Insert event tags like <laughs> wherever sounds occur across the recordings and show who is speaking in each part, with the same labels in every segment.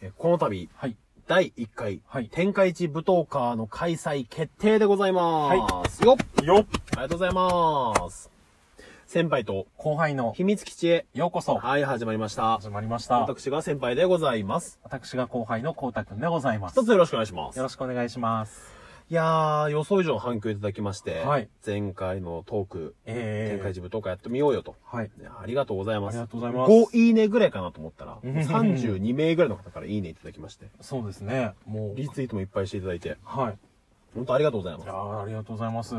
Speaker 1: えーこの度、
Speaker 2: はい。
Speaker 1: 第1回、
Speaker 2: はい
Speaker 1: 天下一舞踏会の開催決定でございます。よっ
Speaker 2: よ
Speaker 1: ありがとうございます。先輩と
Speaker 2: 後輩の
Speaker 1: 秘密基地へ、
Speaker 2: ようこそ
Speaker 1: はい、始まりました。
Speaker 2: 始まりました。
Speaker 1: 私が先輩でございます。
Speaker 2: 私が後輩のこうたくんでございます。
Speaker 1: 一
Speaker 2: よ
Speaker 1: つよろしくお願いします。
Speaker 2: ろしくお願いします。
Speaker 1: いやー、予想以上の反響いただきまして、
Speaker 2: はい
Speaker 1: 前回のトーク、
Speaker 2: え
Speaker 1: 天下一舞踏会やってみようよと。
Speaker 2: はい。
Speaker 1: ねありがとうございます。
Speaker 2: ありがとうございます
Speaker 1: 5いいねぐらいかなと思ったら、
Speaker 2: うん
Speaker 1: 32名ぐらいの方からいいねいただきまして、
Speaker 2: そうですね。もう。
Speaker 1: リツイートもいっぱいしていただいて、
Speaker 2: はい。
Speaker 1: 本当ありがとうございま
Speaker 2: い
Speaker 1: す
Speaker 2: や。ーありがとうございます。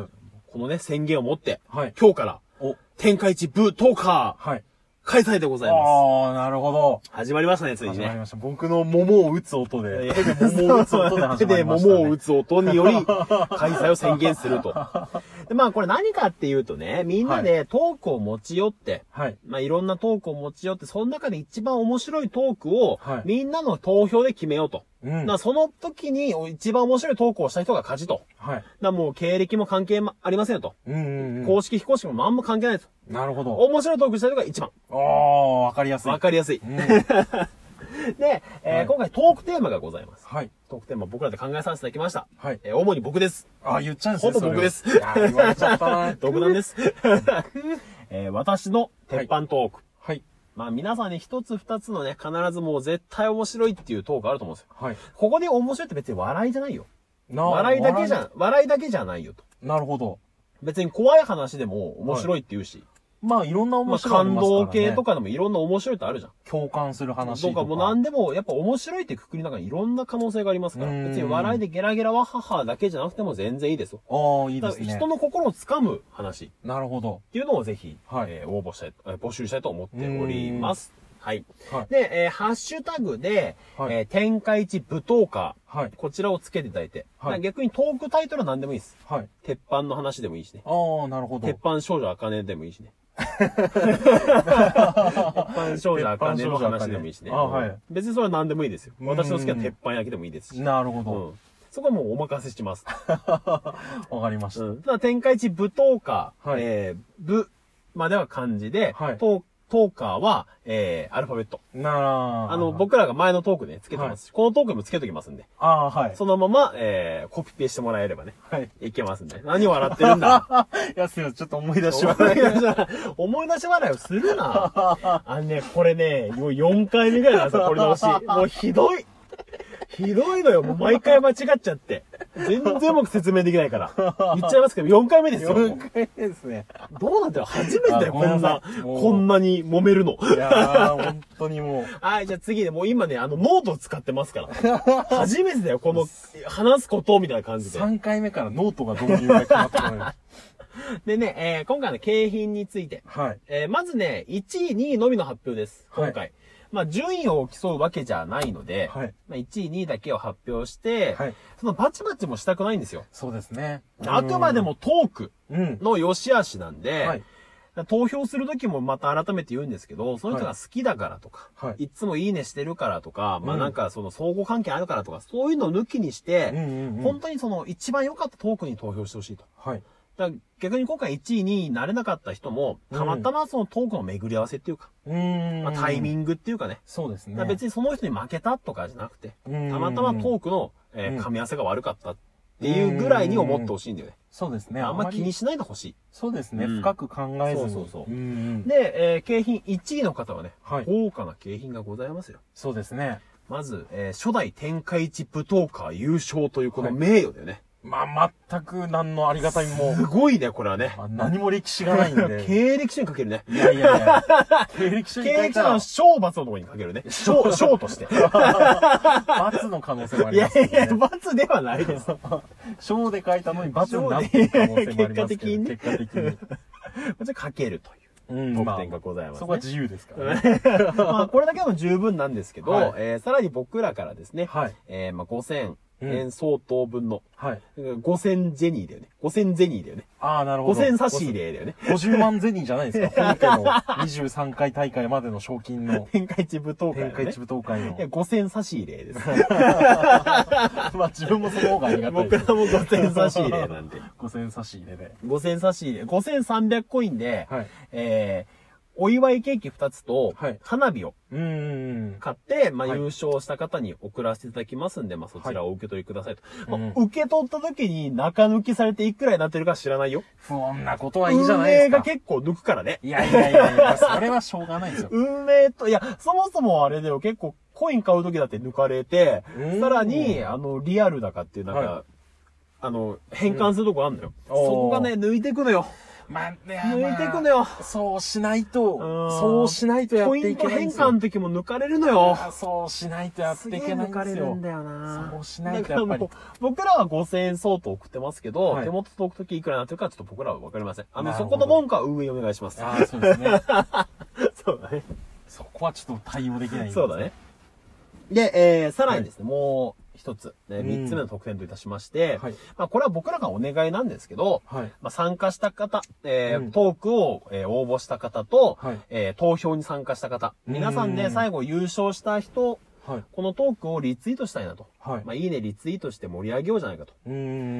Speaker 1: このね、宣言を持って、
Speaker 2: はい。
Speaker 1: 今日から、
Speaker 2: お、
Speaker 1: 天下一ブートーカー、
Speaker 2: はい。
Speaker 1: 開催でございます。
Speaker 2: ああ、なるほど。
Speaker 1: 始まりましたね、ついに
Speaker 2: 始まり
Speaker 1: ね。
Speaker 2: ました。僕の桃を打つ音
Speaker 1: い
Speaker 2: で、
Speaker 1: や
Speaker 2: 手で桃を打つ音で始
Speaker 1: 手 <laughs>
Speaker 2: ま
Speaker 1: で
Speaker 2: りました、ね。
Speaker 1: 桃を打つ音により、開催を宣言する
Speaker 2: <laughs>
Speaker 1: と。でまあこれ何かっていうとね、みんなでトークを持ち寄って、
Speaker 2: はい。
Speaker 1: まあいろんなトークを持ち寄って、その中で一番面白いトークを
Speaker 2: はい、
Speaker 1: みんなの投票で決めようと。
Speaker 2: うん。
Speaker 1: な
Speaker 2: は
Speaker 1: その時に一番面白いトークをした人が勝ちと。
Speaker 2: い。
Speaker 1: なもう経歴も関係もありませんよと。
Speaker 2: うんうんうん。
Speaker 1: 公式非公式も何も関係ないと。
Speaker 2: なるほど。
Speaker 1: 面白いトークした人が一番。
Speaker 2: ああ、わかりやすい。
Speaker 1: わかりやすい。
Speaker 2: うん。は
Speaker 1: <laughs> で、えー
Speaker 2: はい
Speaker 1: 今回トークテーマがございます。
Speaker 2: い。
Speaker 1: トークテーマ僕らで考えさせていただきました。
Speaker 2: はい。
Speaker 1: えー主に僕です。
Speaker 2: あ、言っちゃうんですね。
Speaker 1: ほぼ僕です。
Speaker 2: それをいやー、言われちゃったな
Speaker 1: <laughs> 独断です。 <laughs> えー私の鉄板トーク。
Speaker 2: はい。
Speaker 1: まあ皆さんね、一つ二つのね、必ずもう絶対面白いっていうトークあると思うんですよ。
Speaker 2: はい。
Speaker 1: ここで面白いって別に笑いじゃないよ。
Speaker 2: な
Speaker 1: 笑いだけじゃ、笑いだけじゃないよと。
Speaker 2: なるほど。
Speaker 1: 別に怖い話でも面白いって言うし、
Speaker 2: まあ、いろんな
Speaker 1: ま
Speaker 2: 面
Speaker 1: あ
Speaker 2: 白いあり
Speaker 1: 感
Speaker 2: ますから、ね。
Speaker 1: 動系とかでもいろんな面白いってあるじゃん。
Speaker 2: 共感する話
Speaker 1: どう
Speaker 2: とか。
Speaker 1: かもう何でも、やっぱ面白いってくくりの中にいろんな可能性がありますから、
Speaker 2: うん
Speaker 1: 別に笑いでゲラゲラワッハッハだけじゃなくても全然いいですよ。
Speaker 2: ああ、いい
Speaker 1: だ
Speaker 2: で
Speaker 1: から
Speaker 2: すね
Speaker 1: 人。の心をつかむ話っ
Speaker 2: なるほど。
Speaker 1: ていうのをぜひ、
Speaker 2: はい
Speaker 1: えー応募したい、えー募集したいと思っております。はい。
Speaker 2: はい。
Speaker 1: で、えーハッシュタグで、
Speaker 2: はい
Speaker 1: えー天下一舞踏家、
Speaker 2: はい。
Speaker 1: こちらをつけていただいて、
Speaker 2: は
Speaker 1: だか
Speaker 2: い
Speaker 1: ら逆にトークタイトルは何でもいいです。
Speaker 2: はい。
Speaker 1: 鉄板の話でもいいしね。
Speaker 2: ああ、なるほど。
Speaker 1: 鉄板少女あかねでもいいしね。鉄板少女あかねの話でもいいしね。
Speaker 2: あはい
Speaker 1: 別にそれは何でもいいですよ。
Speaker 2: うん
Speaker 1: 私の好きな鉄板焼きでもいいですし。うん。
Speaker 2: なるほど。
Speaker 1: そこはもうお任せし
Speaker 2: <laughs>
Speaker 1: ます。
Speaker 2: わかりまし
Speaker 1: うん。
Speaker 2: た。
Speaker 1: ただ、天下一舞踏家、
Speaker 2: はい
Speaker 1: えー、舞までは漢字で、
Speaker 2: はい
Speaker 1: トートーカーは、えー、アルファベット。
Speaker 2: なら、
Speaker 1: あの、、僕らが前のトークね、つけてますし、このトークにもつけときますんで、
Speaker 2: ああ、はい。
Speaker 1: そのまま、えー、コピペしてもらえればね、
Speaker 2: はい。
Speaker 1: いけますんで。何笑ってるん
Speaker 2: <laughs>
Speaker 1: だ。
Speaker 2: いや、すいません、ちょっと思い出しま
Speaker 1: 思い出
Speaker 2: し
Speaker 1: <laughs> し笑い、思い出し笑いをするな。
Speaker 2: <laughs>
Speaker 1: あのね、これね、もう4回目ぐらいなんですよ、これ直し。
Speaker 2: <laughs>
Speaker 1: もうひどい。ひどいのよ、もう毎回間違っちゃって。全然うまく説明できないから。言っちゃいますけど、4回目ですよ。もう
Speaker 2: 4回目ですね。
Speaker 1: どうなんだよ、初めてだよ、
Speaker 2: あご
Speaker 1: こ
Speaker 2: めん
Speaker 1: んな
Speaker 2: なさい、もう
Speaker 1: こんなに揉めるの。
Speaker 2: いやー、本当に
Speaker 1: <laughs>
Speaker 2: もう。
Speaker 1: はい、じゃあ次で、もう今ね、あの、ノートを使ってます
Speaker 2: <laughs>
Speaker 1: から。初めてだよ、この、話すことみたいな感じで。
Speaker 2: 3回目からノートが導入が決まってまいりまし
Speaker 1: でね、えー今回の景品について。
Speaker 2: た。はい。
Speaker 1: えーまずね、1位、2位のみの発表です。今回。
Speaker 2: は
Speaker 1: まあ、順位を競うわけじゃないので、
Speaker 2: はい
Speaker 1: まあ、1位、2位だけを発表して、
Speaker 2: はい
Speaker 1: そのバチバチもしたくないんですよ。
Speaker 2: そうですね。
Speaker 1: あくまでもトーク
Speaker 2: うん。
Speaker 1: の良し悪しなんで、
Speaker 2: はい
Speaker 1: 投票するときもまた改めて言うんですけど、その人が好きだからとか、、
Speaker 2: はい
Speaker 1: つもいいねしてるからとか、まあ
Speaker 2: うん
Speaker 1: なんかその相互関係あるからとか、そういうのを抜きにして、
Speaker 2: うんうんうん
Speaker 1: 本当にその一番良かったトークに投票してほしいと。
Speaker 2: はい。
Speaker 1: だから逆に今回1位、2位になれなかった人も、
Speaker 2: うん
Speaker 1: たまたまそのトークの巡り合わせっていうか、
Speaker 2: うーん。
Speaker 1: まあ、タイミ
Speaker 2: ング。
Speaker 1: ングっていうかね。
Speaker 2: そうです
Speaker 1: だか
Speaker 2: ね。
Speaker 1: ら別にその人に負けたとかじゃなくて、
Speaker 2: うん
Speaker 1: たまたまトークの、えー
Speaker 2: うん
Speaker 1: 噛み合わせが悪かったっていうぐらいに思ってほしいんだよね。
Speaker 2: そうですね。
Speaker 1: あんま気
Speaker 2: り
Speaker 1: にしないでほしい。
Speaker 2: そうですね。
Speaker 1: うん
Speaker 2: 深く考えずに。
Speaker 1: そうそうそう
Speaker 2: うんうん
Speaker 1: で、えー景品1位の方はね、
Speaker 2: はい
Speaker 1: 豪華な景品がございますよ。
Speaker 2: そうですね。
Speaker 1: まず、えー初代天下一舞踏会優勝というこの
Speaker 2: はい
Speaker 1: 名誉だよね。
Speaker 2: まあ、全く何のありがたみも
Speaker 1: す、ごいね、これはね。
Speaker 2: あ何も歴史がないんで。
Speaker 1: 経歴書にか <laughs> けるね。
Speaker 2: いやいやいや。経歴書
Speaker 1: 経
Speaker 2: に書い
Speaker 1: 歴書
Speaker 2: たら
Speaker 1: の、賞罰のところにかけるね。賞、賞と
Speaker 2: <laughs>
Speaker 1: して。
Speaker 2: 罰の可能性もあ
Speaker 1: い
Speaker 2: り
Speaker 1: や
Speaker 2: ま
Speaker 1: い
Speaker 2: すけど
Speaker 1: やい
Speaker 2: ね
Speaker 1: や、。罰ではないです。ま
Speaker 2: 章で書いたのに罰になってる可能性もありますけど、
Speaker 1: いやいや
Speaker 2: 結果的に。
Speaker 1: あじゃあかけるという。
Speaker 2: うん、
Speaker 1: 得
Speaker 2: ま
Speaker 1: 点がござい
Speaker 2: あ、
Speaker 1: ます、ね
Speaker 2: そこは自由ですからね。
Speaker 1: まあ、これだけでも十分なんですけど、
Speaker 2: はい
Speaker 1: えーさらに僕らからですね、
Speaker 2: はい
Speaker 1: えーまあ、5000
Speaker 2: うん
Speaker 1: 円相当分の、
Speaker 2: はい。
Speaker 1: 5000ジェニーだよね。5000ゼニーだよね。
Speaker 2: ああ、なるほど。
Speaker 1: 5000差し入れだよね。
Speaker 2: 50万ゼニーじゃないですか。本家の23回大会までの賞金の
Speaker 1: 天下一舞踏会、
Speaker 2: 天
Speaker 1: ね。
Speaker 2: 下一舞踏会の
Speaker 1: いや、。5000差し入れです。
Speaker 2: まあ自分もその方がありがたい
Speaker 1: 僕
Speaker 2: です。
Speaker 1: らも5000差し入れなんで。
Speaker 2: 5000差し入れで。
Speaker 1: 5000差し入れ。5300コインで、
Speaker 2: はい
Speaker 1: えお祝いケーキ2つと
Speaker 2: はい、
Speaker 1: 花火を
Speaker 2: うーん。
Speaker 1: 買って、まあ、
Speaker 2: はい
Speaker 1: 優勝した方に送らせていただきますんで、まあ、そちらをお受け取りくださいと。
Speaker 2: はい
Speaker 1: まあ
Speaker 2: う
Speaker 1: 受け取った時に中抜きされていくらになってるか知らないよ。
Speaker 2: 不穏なことはいいじゃないです
Speaker 1: 運
Speaker 2: か
Speaker 1: 命が。結構抜くからね。
Speaker 2: いやいやいやいや、それはしょうがないですよ。
Speaker 1: 運命と、いや、そもそもあれだよ、結構コイン買う時だって抜かれて
Speaker 2: う、ん
Speaker 1: さらに、あの、リアルだかっていう、なんか、
Speaker 2: は
Speaker 1: あの、変換するとこあんのよ。そ
Speaker 2: うん
Speaker 1: こがね、抜いてくのよ。
Speaker 2: まあ、いや
Speaker 1: 抜いてくの
Speaker 2: よ。
Speaker 1: よ。
Speaker 2: そうしないと、
Speaker 1: ん
Speaker 2: そうしないとやっ
Speaker 1: ポイ
Speaker 2: てい
Speaker 1: ント
Speaker 2: けないん
Speaker 1: 変
Speaker 2: です
Speaker 1: 換
Speaker 2: よ
Speaker 1: の。時も抜かれるのよ。
Speaker 2: そうしないとやって
Speaker 1: す
Speaker 2: い
Speaker 1: げえ
Speaker 2: けない
Speaker 1: 抜
Speaker 2: ん
Speaker 1: か
Speaker 2: で
Speaker 1: れ
Speaker 2: す
Speaker 1: る
Speaker 2: よ
Speaker 1: ん。だよな
Speaker 2: そうしないとやっぱり
Speaker 1: だからもう僕らは5000円相当送ってますけど、
Speaker 2: はい
Speaker 1: 手元届くときいくらになってるかちょっと僕らはわかりません。あの、
Speaker 2: なる
Speaker 1: そ
Speaker 2: ほ
Speaker 1: こ
Speaker 2: ど
Speaker 1: の文句は運営お願いし <laughs> ます。
Speaker 2: ああ、そうですね。 <laughs>
Speaker 1: そうだね。
Speaker 2: そこはちょっと対応できないんです
Speaker 1: そうだね。。で、えー、さらにですね、もう一つ、ね、
Speaker 2: うん
Speaker 1: 三つ目の特典といたしまして、
Speaker 2: はい
Speaker 1: まあこれは僕らがお願いなんですけど、
Speaker 2: はい。
Speaker 1: まあ、参加した方、えー
Speaker 2: うん
Speaker 1: トークを、えー応募した方と、
Speaker 2: はい
Speaker 1: えー投票に参加した方、皆さんね、
Speaker 2: うん
Speaker 1: 最後優勝した人、
Speaker 2: はい。
Speaker 1: このトークをリツイートしたいなと。
Speaker 2: はい。
Speaker 1: まあ、いいね、リツイートして盛り上げようじゃないかと。
Speaker 2: うー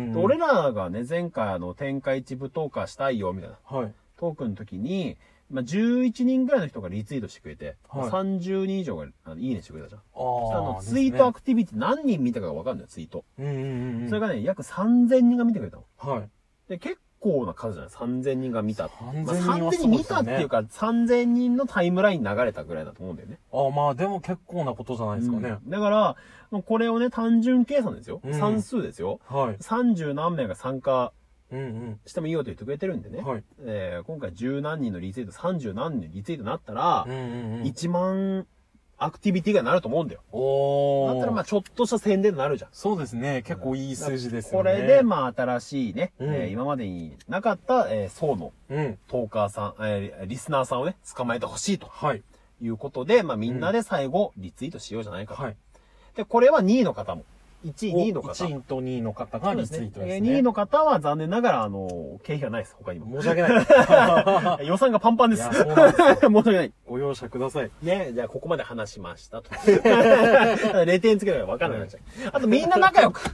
Speaker 2: ん。
Speaker 1: で俺らがね、前回あの、天下一舞踏会したいよ、みたいな、
Speaker 2: はい。
Speaker 1: トークの時に、まあ、11人ぐらいの人がリツイートしてくれて、
Speaker 2: はい
Speaker 1: 30人以上があのいいねしてくれたじゃん。
Speaker 2: あ
Speaker 1: そしたらあの
Speaker 2: ー
Speaker 1: ツイートア。クティビティ何人見たかがわかるんだよ、ツイート。
Speaker 2: ですねうんうんうん。
Speaker 1: それがね、約3000人が見てくれたの。
Speaker 2: はい。
Speaker 1: で、結構な数じゃない ?3000 人が見た。
Speaker 2: 3000
Speaker 1: まあ、
Speaker 2: 人はそ
Speaker 1: 3000
Speaker 2: うです
Speaker 1: 人
Speaker 2: よね
Speaker 1: 見たっていうか、3000人のタイムライン流れたぐらいだと思うんだよね。
Speaker 2: ああ、まあでも結構なことじゃないですかね。
Speaker 1: うんだから、もうこれをね、単純計算ですよ。
Speaker 2: うん
Speaker 1: 算数ですよ。
Speaker 2: はい。
Speaker 1: 30何名が参加
Speaker 2: うん
Speaker 1: してもいいよと言ってくれてるんで
Speaker 2: う
Speaker 1: ね。
Speaker 2: ん。はい。
Speaker 1: えー今回10何人のリツイート、30何人のリツイートになったら
Speaker 2: うん、うんうん。
Speaker 1: 1万アクティビティがなると思うんだよ。
Speaker 2: お
Speaker 1: だ
Speaker 2: ー。
Speaker 1: ったらまあちょっとした宣伝になるじゃん。
Speaker 2: そうですね。結構いい数字です
Speaker 1: こ
Speaker 2: よね。
Speaker 1: れで、まあ新しいね、
Speaker 2: うん
Speaker 1: えー今までになかった、えー層の
Speaker 2: うん。
Speaker 1: トーカーさん、えーリスナーさんをね、捕まえてほしいと
Speaker 2: はい。
Speaker 1: いうことで、まあみんなで最後、リツイートしようじゃないかと。
Speaker 2: はい。
Speaker 1: で、これは2位の方も。1位、2位の方。
Speaker 2: 1位と2位の方が
Speaker 1: そうで
Speaker 2: リ
Speaker 1: す
Speaker 2: ツイー
Speaker 1: ね
Speaker 2: トですね。
Speaker 1: 2位の方は残念ながら、あの、経費がないです、他にも。
Speaker 2: 申し
Speaker 1: <laughs>
Speaker 2: 訳ない。
Speaker 1: 予算がパンパンで
Speaker 2: い
Speaker 1: す。
Speaker 2: や、
Speaker 1: <laughs> 申し
Speaker 2: そうなんですよ。
Speaker 1: 訳ない。
Speaker 2: ご容赦ください。
Speaker 1: ね、じゃあここまで話しましたと。0点つけたから分かんなくなっちゃう。あとみんな仲良 <laughs> く。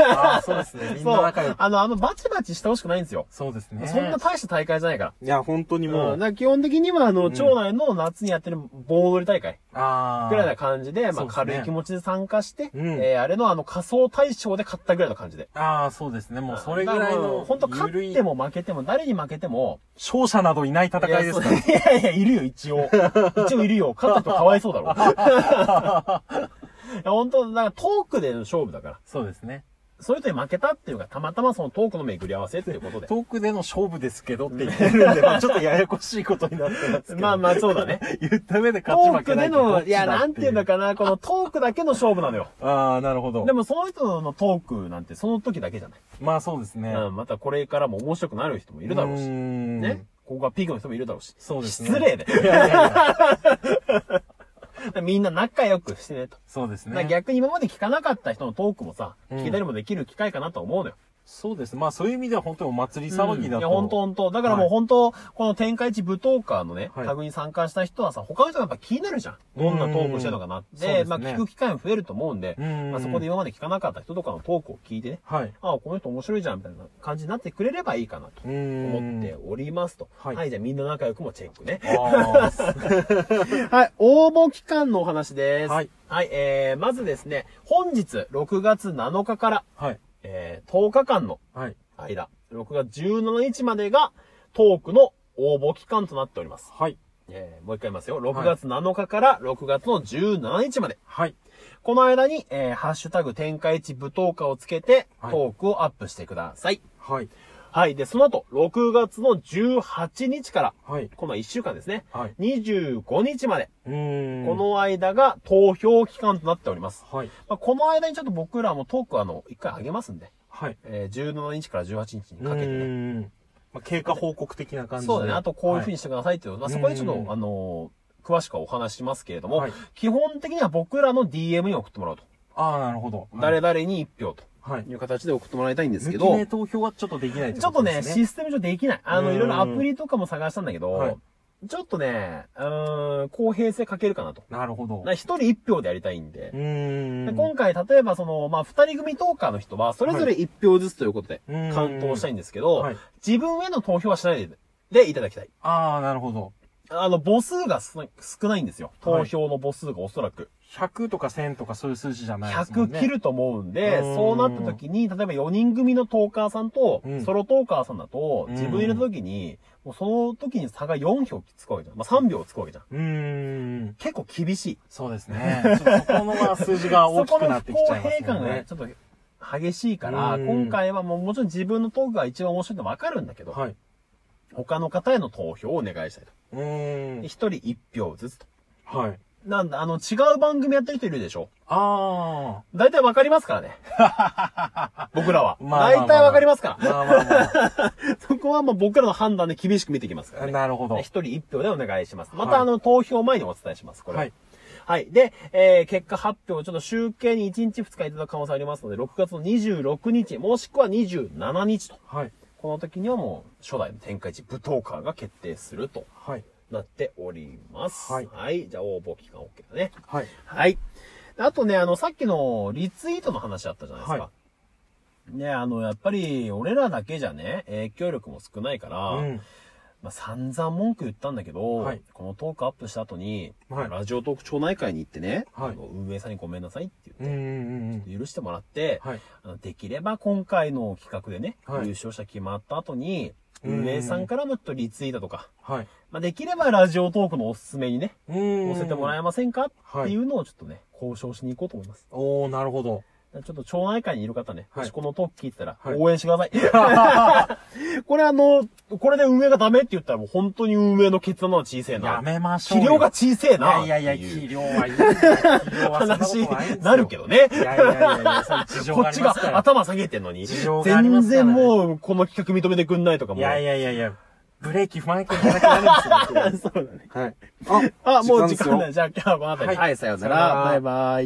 Speaker 2: ああ、そうですね。みん
Speaker 1: そ
Speaker 2: な
Speaker 1: う。
Speaker 2: 仲良く。
Speaker 1: あの、あの、バチバチしてほしくないんですよ。
Speaker 2: そうですね。
Speaker 1: そんな大した大会じゃないから。
Speaker 2: いや、本当にも
Speaker 1: うん、だ
Speaker 2: う。
Speaker 1: から基本的には、あの、
Speaker 2: ん
Speaker 1: 町内の夏にやってる盆踊り大会
Speaker 2: ああ。
Speaker 1: ぐらいな感じで、ま
Speaker 2: そ
Speaker 1: あ、
Speaker 2: うですね
Speaker 1: 軽い気持ちで参加して、
Speaker 2: うん
Speaker 1: えーあれのあの、仮想対象で勝ったぐらいの感じで。
Speaker 2: ああ、そうですね。もうそれぐらいの。
Speaker 1: 本当勝
Speaker 2: 緩い
Speaker 1: っても負けても、誰に負けても、
Speaker 2: 勝者などいない戦いですか
Speaker 1: いやそういやいや、 <laughs> いるよ、一応。一応いるよ。勝った人かわいそうだろ。いや本当だからトークでの勝負だから。
Speaker 2: そうですね。
Speaker 1: それとに負けたっていうか、たまたまそのトークの巡り合わせっていうことで。
Speaker 2: トークでの勝負ですけどって言ってる
Speaker 1: <laughs>
Speaker 2: んで、まあちょっとややこしいことになってますけど。
Speaker 1: まあまあ、そうだね。
Speaker 2: <laughs> 言った上で
Speaker 1: ト
Speaker 2: 勝ち
Speaker 1: ー
Speaker 2: 負け
Speaker 1: ク
Speaker 2: な
Speaker 1: で
Speaker 2: いけど
Speaker 1: の、いや、なんていうの。
Speaker 2: どっちだっ
Speaker 1: かな、このトークだけの勝負な
Speaker 2: <laughs>
Speaker 1: のよ。
Speaker 2: ていうああ、なるほど
Speaker 1: で。もその人のトークなんてその時だけじゃない。
Speaker 2: まあそうですね。
Speaker 1: うん、またこれからも面白くなる人もいるだろうし。ね
Speaker 2: ね。。
Speaker 1: ここがピークの人もいるだろうし。
Speaker 2: そうですね。
Speaker 1: 失礼で。
Speaker 2: いやいやい
Speaker 1: <laughs>
Speaker 2: や。
Speaker 1: みんな仲良くしてねと。
Speaker 2: そうです
Speaker 1: だから
Speaker 2: ね。
Speaker 1: 逆に今まで聞かなかった人のトークもさ、
Speaker 2: うん
Speaker 1: 聞けたりもできる機会かなとは思うのよ。
Speaker 2: そうです。まあそういう意味では本当にお祭り騒ぎだと。
Speaker 1: いや、本当本当だからもう本当、この天下一舞踏家のね、
Speaker 2: はい
Speaker 1: タグに参加した人はさ、他の人がやっぱ気になるじゃん。どんなトークしてるのかなっ
Speaker 2: うん
Speaker 1: て、
Speaker 2: そうですね
Speaker 1: まあ聞く機会も増えると思うんで、
Speaker 2: うん
Speaker 1: まあそこで今まで聞かなかった人とかのトークを聞いてね、
Speaker 2: はい。
Speaker 1: ああ、この人面白いじゃんみたいな感じになってくれればいいかなと
Speaker 2: うーん
Speaker 1: 思っておりますと。は、
Speaker 2: はいい
Speaker 1: じゃあみんな仲良くもチェックね。<laughs>
Speaker 2: あ
Speaker 1: はい、応募期間のお話です。は
Speaker 2: はいい。
Speaker 1: えー、まずですね、本日6月7日から、
Speaker 2: あ。はい。
Speaker 1: えー、10日間の
Speaker 2: はい。
Speaker 1: 間、6月17日までがトークの応募期間となっております。
Speaker 2: はい。
Speaker 1: えーもう一回言いますよ。6月7日から6月の17日まで。
Speaker 2: はい。
Speaker 1: この間に、えーハッシュタグ天下一舞踏家をつけて、
Speaker 2: はい
Speaker 1: トークをアップしてください。
Speaker 2: はい。
Speaker 1: はい。で、その後、6月の18日から、
Speaker 2: はい。
Speaker 1: この1週間ですね。
Speaker 2: はい。
Speaker 1: 25日まで、
Speaker 2: うーん。
Speaker 1: こ、の間が投票期間となっております。
Speaker 2: はい。
Speaker 1: まあ、この間にちょっと僕らもトークあの、一回上げますんで、
Speaker 2: はい。
Speaker 1: えー17日から18日にかけてね
Speaker 2: う。ーんまあ、経過報告的な感じで。
Speaker 1: そうだね。あと、こういうふうに
Speaker 2: は
Speaker 1: してくださいっていう、まあ、そこでちょ
Speaker 2: う
Speaker 1: っ
Speaker 2: ん
Speaker 1: と、あのー詳しくはお話ししますけれども、
Speaker 2: はい
Speaker 1: 基本的には僕らの DM に送ってもらうと。
Speaker 2: ああ、なるほど。
Speaker 1: 誰々に1票
Speaker 2: はい。はい
Speaker 1: と。いう形で送ってもらいたいんですけ
Speaker 2: 抜
Speaker 1: ど、
Speaker 2: き目投票はちょっとできない
Speaker 1: ちょっとね、
Speaker 2: シ
Speaker 1: システム上できない。あの、
Speaker 2: うん
Speaker 1: いろいろアプリとかも探したんだけど、
Speaker 2: はい
Speaker 1: ちょっとね、うーん、公平性欠けるかなと。
Speaker 2: なるほど
Speaker 1: な。一人一票でやりたいんで
Speaker 2: う、ー
Speaker 1: で
Speaker 2: ん。
Speaker 1: 今回、例えばその、まあ、二人組トーカーの人は、それぞれ一票ずつということで、
Speaker 2: うん
Speaker 1: 完投したいんですけど、
Speaker 2: はい
Speaker 1: 自分への投票はしないででいただきたい。
Speaker 2: ああ、なるほど。
Speaker 1: あの、母数がす少ないんですよ。投票の母数がおそらく。
Speaker 2: 100とか1000とかそういう数字じゃないですもん
Speaker 1: 100
Speaker 2: ね。
Speaker 1: 切ると思うんで、
Speaker 2: うん
Speaker 1: そうなった時に、例えば4人組のトーカーさんと
Speaker 2: うん、
Speaker 1: ソロトーカーさんだと、
Speaker 2: うん
Speaker 1: 自分入れた時に、もうその時に差が4票つくわけじゃん。まあ、3票つくわけじゃん。
Speaker 2: うーん。
Speaker 1: 結構厳しい。
Speaker 2: そうで
Speaker 1: <laughs>
Speaker 2: すね。ちょっとそこのまあ数字が大きくなってきちゃいま
Speaker 1: そ
Speaker 2: す
Speaker 1: この不公平
Speaker 2: もん
Speaker 1: 感が
Speaker 2: ね
Speaker 1: ち。ょっと激しいから、
Speaker 2: うん
Speaker 1: 今回はもうもちろん自分のトークが一番面白いのわかるんだけど、
Speaker 2: はい。
Speaker 1: 他の方への投票をお願いしたいと。
Speaker 2: うー
Speaker 1: 一
Speaker 2: ん。
Speaker 1: 人一票ずつと。
Speaker 2: はい。
Speaker 1: なんだ、あの、違う番組やってる人いるでしょ
Speaker 2: あ
Speaker 1: 大体わかりますから
Speaker 2: <laughs>
Speaker 1: ね。僕らは。
Speaker 2: まあまあま
Speaker 1: <laughs>
Speaker 2: あ
Speaker 1: 大体わかりますか
Speaker 2: ー。まあまあま
Speaker 1: ら。そこはもう僕らの判断で厳しく見ていきます <laughs> から
Speaker 2: あ。
Speaker 1: ね。
Speaker 2: なるほど。
Speaker 1: 一人一票でお願いします。ま
Speaker 2: は
Speaker 1: た、
Speaker 2: い
Speaker 1: あの、投票前にお伝えします、これ。
Speaker 2: はい。。
Speaker 1: はい。で、えー、結果発表、ちょっと集計に1日2日いただく可能性ありますので、6月の26日、もしくは27日と。
Speaker 2: はい。
Speaker 1: この時にはもう、初代の天下一武闘家が決定すると
Speaker 2: はい。
Speaker 1: なっております。
Speaker 2: はい
Speaker 1: じゃあ、応募期間 OK だね。
Speaker 2: はい。
Speaker 1: はい。あとね、あの、さっきのリツイートの話あったじゃないですか。
Speaker 2: は
Speaker 1: ね、あの、やっぱり、俺らだけじゃね、影響力も少ないから、
Speaker 2: うん。
Speaker 1: まあ、散々文句言ったんだけど、
Speaker 2: はい
Speaker 1: このトークアップした後に、
Speaker 2: はい
Speaker 1: ラジオトーク町内会に行ってね、
Speaker 2: はい
Speaker 1: あの運営さんにごめんなさいって
Speaker 2: うんう
Speaker 1: 言っ
Speaker 2: ん
Speaker 1: て、
Speaker 2: うんうん。
Speaker 1: 許してもらって、
Speaker 2: はい。
Speaker 1: あのできれば今回の企画でね、
Speaker 2: はい
Speaker 1: 優勝者決まった後に、
Speaker 2: うん
Speaker 1: 運営さんからのちょっとリツイートとか、
Speaker 2: はい。
Speaker 1: まあ、できればラジオトークのおすすめにね、
Speaker 2: うーん。
Speaker 1: 載せてもらえませんか
Speaker 2: はい
Speaker 1: っていうのをちょっとね、交渉しに行こうと思います。
Speaker 2: おー、なるほ <laughs> ど。
Speaker 1: ちょっと町内会にいる方ね、
Speaker 2: はい
Speaker 1: もしこのトーク聞いてたら、
Speaker 2: はい
Speaker 1: 応援してください。 <laughs> これあの、これで運営がダメって言ったらもう本当に運営の決断は小さいな。
Speaker 2: やめましょう
Speaker 1: 器
Speaker 2: よ。
Speaker 1: 量が小せえな。
Speaker 2: いやいやい
Speaker 1: って
Speaker 2: や、
Speaker 1: う
Speaker 2: 肥料はいいんだよ。肥料はそんなこと
Speaker 1: 話
Speaker 2: ないんですよ
Speaker 1: になるけどね
Speaker 2: い。やいやいやいや、その事情
Speaker 1: こ
Speaker 2: があ
Speaker 1: っ
Speaker 2: り
Speaker 1: ち
Speaker 2: ま
Speaker 1: が
Speaker 2: すから。
Speaker 1: 頭下げてんのに。
Speaker 2: 事情がありますから
Speaker 1: 全然も
Speaker 2: ね
Speaker 1: う、この企画認めてくんないとかも。
Speaker 2: いやいやいやいや、ブレーキ踏まなきゃいけなくなるんですよ。
Speaker 1: <laughs> そうだね。
Speaker 2: はい。
Speaker 1: あ、もう時
Speaker 2: 時間ですよ
Speaker 1: 間ない。じゃあ今日はこの辺り。
Speaker 2: はい
Speaker 1: さような
Speaker 2: さような
Speaker 1: ら。
Speaker 2: ら
Speaker 1: バイバイ。